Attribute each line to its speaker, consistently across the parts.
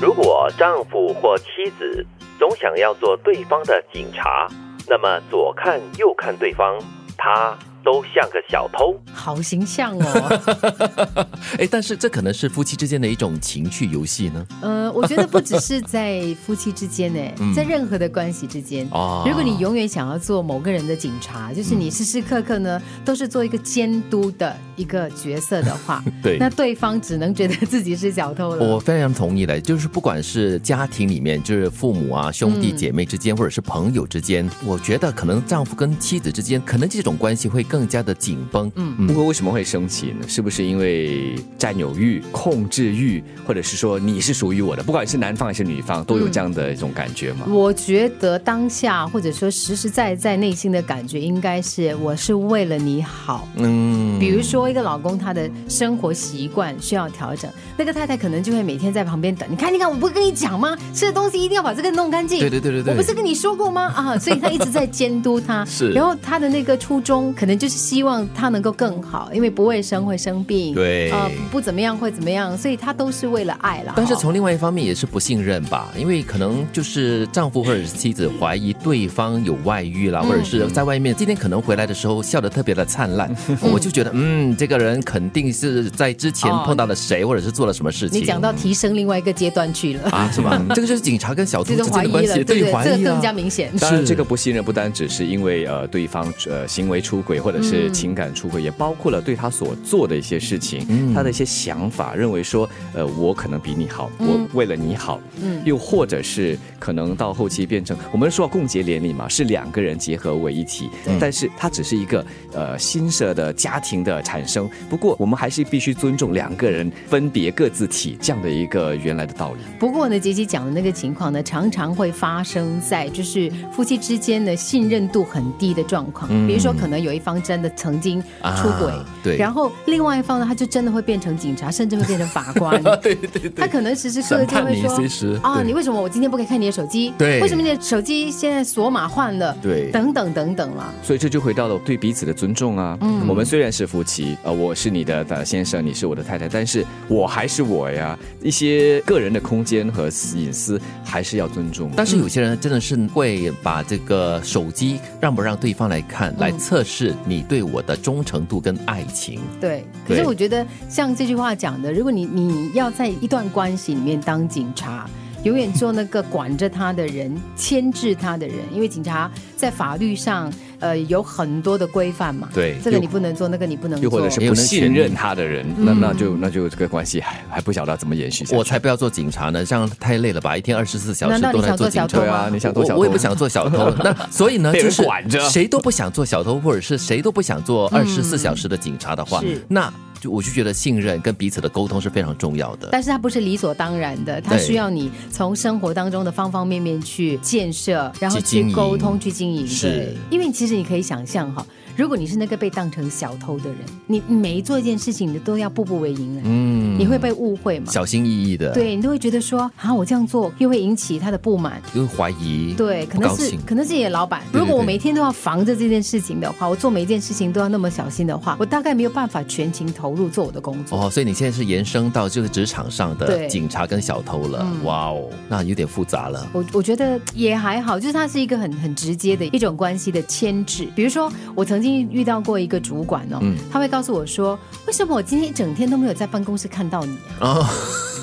Speaker 1: 如果丈夫或妻子总想要做对方的警察，那么左看右看对方，他都像个小偷。
Speaker 2: 好形象哦。
Speaker 3: 哎，但是这可能是夫妻之间的一种情趣游戏呢。
Speaker 2: 呃，我觉得不只是在夫妻之间呢
Speaker 3: 嗯，
Speaker 2: 在任何的关系之间。
Speaker 3: 哦，
Speaker 2: 如果你永远想要做某个人的警察，就是你时时刻刻呢都是做一个监督的一个角色的话
Speaker 3: 对
Speaker 2: 那对方只能觉得自己是小偷
Speaker 3: 我
Speaker 2: 了。
Speaker 3: 非常同意嘞，就是不管是家庭里面，就是父母啊、兄弟姐妹之间，或者是朋友之
Speaker 2: 嗯
Speaker 3: 间，我觉得可能丈夫跟妻子之间，可能这种关系会更加的紧绷。嗯
Speaker 4: 不过为什么会生气呢？是不是因为占有欲、控制欲，或者是说你是属于我的，不管是男方还是女方，都有这样的一种感觉吗？
Speaker 2: 我觉得当下或者说实实在在内心的感觉应该是我是为了你好，
Speaker 3: 嗯，
Speaker 2: 比如说，一个老公他的生活习惯需要调整，那个太太可能就会每天在旁边等。你看，你看，我不是跟你讲吗？吃的东西一定要把这个弄干净。
Speaker 3: 对对对对对
Speaker 2: 我不是跟你说过吗？啊，所以他一直在监督他。
Speaker 3: 是
Speaker 2: 然后他的那个初衷可能就是希望他能够更好，因为不卫生会生病。
Speaker 3: 对
Speaker 2: 啊、不怎么样会怎么样，所以他都是为了爱啦。
Speaker 3: 但是
Speaker 2: 哈
Speaker 3: 从另外一方面也是不信任吧，因为可能就是丈夫或者是妻子怀疑对方有外遇
Speaker 2: 嗯
Speaker 3: 啦，或者是在外面今天可能回来的时候笑得特别的灿烂，我就觉得嗯，这个人肯定是在之前
Speaker 2: 哦
Speaker 3: 碰到了谁，或者是做了什么事情。
Speaker 2: 你讲到提升另外一个阶段去 了，
Speaker 3: 啊，是 吧？这个就是警察跟小偷
Speaker 2: 这
Speaker 3: 之
Speaker 2: 种
Speaker 3: 间
Speaker 2: 怀
Speaker 3: 的
Speaker 2: 疑
Speaker 3: 关
Speaker 2: 了，
Speaker 3: 系，
Speaker 2: 对对，
Speaker 3: 怀
Speaker 2: 这
Speaker 3: 疑
Speaker 2: 个更
Speaker 3: 啊
Speaker 2: 加。明显。
Speaker 4: 当然，
Speaker 3: 是
Speaker 4: 这个不信任不单只是因为呃对方呃行为出轨或者
Speaker 3: 嗯
Speaker 4: 是情感出轨，也包括了对他所做的一些事情，
Speaker 3: 嗯
Speaker 4: 他的一些想法，认为说呃我可能比你好，我为了你好，
Speaker 2: 嗯
Speaker 4: 又或者是可能到后期变成我们说共结连理嘛，是两个人结合为一体，但是它只是一个呃新设的家庭的产生，不过我们还是必须尊重两个人分别各自体这样的一个原来的道理。
Speaker 2: 不过呢，杰西讲的那个情况呢，常常会发生在就是夫妻之间的信任度很低的状况。比如说，可能有一方真的曾经出轨，
Speaker 3: 嗯啊对
Speaker 2: 然后另外一方呢，他就真的会变成警察，甚至会变成法官。
Speaker 3: 啊对对
Speaker 2: 嗯他
Speaker 3: 对，
Speaker 2: 可能时时刻刻就会
Speaker 3: 审判你随
Speaker 2: 说
Speaker 3: 时
Speaker 2: 啊，
Speaker 3: 对
Speaker 2: 你为什么我今天不可以看你的手机？
Speaker 3: 对
Speaker 2: 为什么你的手机现在锁码换了？
Speaker 3: 对
Speaker 2: 等等等等啦。
Speaker 4: 所以这就回到了对彼此的尊重啊。我们虽然是夫妻，呃，我是你的呃先生，你是我的太太，但是我还是我呀。一些个人的空间和隐私还是要尊重的。
Speaker 3: 但是有些人真的是会把这个手机让不让对方来
Speaker 2: 嗯
Speaker 3: 看，来测试你对我的忠诚度跟爱情。
Speaker 2: 对，可是
Speaker 3: 对
Speaker 2: 我觉得像这句话讲的，如果你你要在一段关系里面当警察，永远做那个管着他的人、牵制他的人，因为警察在法律上呃有很多的规范嘛。
Speaker 3: 对
Speaker 2: 这个你不能做，那个你不能
Speaker 4: 又
Speaker 2: 做。
Speaker 4: 或者是
Speaker 3: 也
Speaker 4: 不
Speaker 3: 有那个
Speaker 4: 信
Speaker 3: 权利
Speaker 4: 任他的人，那那就那就这个关系还还不晓得怎么延续下去。
Speaker 3: 我才不要做警察呢，这样太累了吧？一天二十四小时
Speaker 2: 难道
Speaker 3: 都
Speaker 2: 你
Speaker 3: 在
Speaker 2: 想做
Speaker 3: 警
Speaker 2: 小
Speaker 3: 察
Speaker 2: 偷。
Speaker 4: 对
Speaker 2: 吗
Speaker 4: 啊，？你想做小偷，
Speaker 3: 我我也不想做小 偷，那所以呢，
Speaker 4: 被人
Speaker 3: 就是
Speaker 4: 管着
Speaker 3: 谁都不想做小偷，或者是谁都不想做二十四小时的警察的话，
Speaker 2: 是
Speaker 3: 那就我就觉得信任跟彼此的沟通是非常重要的。
Speaker 2: 但是它不是理所当然的，它
Speaker 3: 对
Speaker 2: 需要你从生活当中的方方面面去建设，然后
Speaker 3: 去经
Speaker 2: 去
Speaker 3: 营
Speaker 2: 沟通、去经营。
Speaker 3: 是
Speaker 2: 对，因为其实你可以想象哈，如果你是那个被当成小偷的人，你你每做一件事情，你都要步步为营来，啊
Speaker 3: 嗯
Speaker 2: 你会被误会嘛？
Speaker 3: 小心翼翼的，，
Speaker 2: 对你都会觉得说啊，我这样做又会引起他的不满。
Speaker 3: 又怀疑，
Speaker 2: 对，可
Speaker 3: 不
Speaker 2: 能
Speaker 3: 高
Speaker 2: 是
Speaker 3: 兴。
Speaker 2: 可能是你的老板。
Speaker 3: 对
Speaker 2: 如果我
Speaker 3: 对
Speaker 2: 每天都要防着这件事情的话，我做每一件事情都要那么小心的话，我大概没有办法全情投入做我的工作。
Speaker 3: 哦，所以你现在是延伸到就是职场上的
Speaker 2: 对
Speaker 3: 警察跟小偷了，哇哦，那有点复杂了。
Speaker 2: 我我觉得也还好，就是它是一个很很直接的一种关系的牵制。比如说，我曾经遇到过一个主管哦，他会告诉我说，为什么我今天一整天都没有在办公室看到你 啊？
Speaker 3: 哦，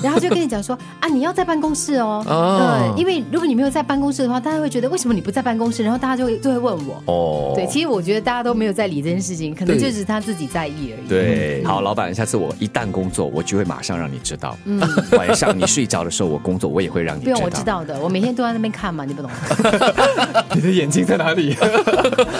Speaker 2: 然后他就跟你讲说啊，你要在办公室哦，
Speaker 3: 哦
Speaker 2: 嗯，因为如果你没有在办公室的话，大家会觉得为什么你不在办公室？然后大家就会就会问我。
Speaker 3: 哦，
Speaker 2: 对，其实我觉得大家都没有在理这件事情，可能
Speaker 3: 对
Speaker 2: 就是他自己在意而已。
Speaker 3: 对，
Speaker 4: 好，老板，下次我一旦工作，我就会马上让你知道。晚上你睡觉的时候，我工作，我也会让你
Speaker 2: 不用我知。道的，我每天都在那边看嘛，你不懂。
Speaker 4: 你的眼睛在哪里？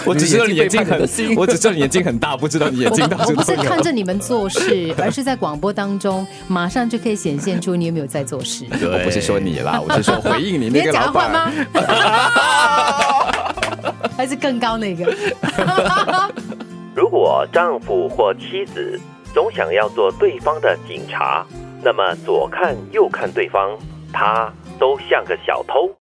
Speaker 4: 我只知道你眼睛很，我只知道你眼睛很大，不知道你眼
Speaker 2: 我
Speaker 4: 睛
Speaker 2: 不
Speaker 4: 到
Speaker 2: 我
Speaker 4: 处
Speaker 2: 不
Speaker 4: 都
Speaker 2: 是看
Speaker 4: 有。
Speaker 2: 着你们做事，而是在广播当中马上就可以显现出你有没有在做事。
Speaker 4: 我不是说你啦，我是说回应你
Speaker 2: 你
Speaker 4: 那
Speaker 2: 要
Speaker 4: 个老
Speaker 2: 讲话吗？
Speaker 4: 板。
Speaker 2: 还是更高那个？
Speaker 1: 如果丈夫或妻子总想要做对方的警察，那么左看右看对方，他都像个小偷。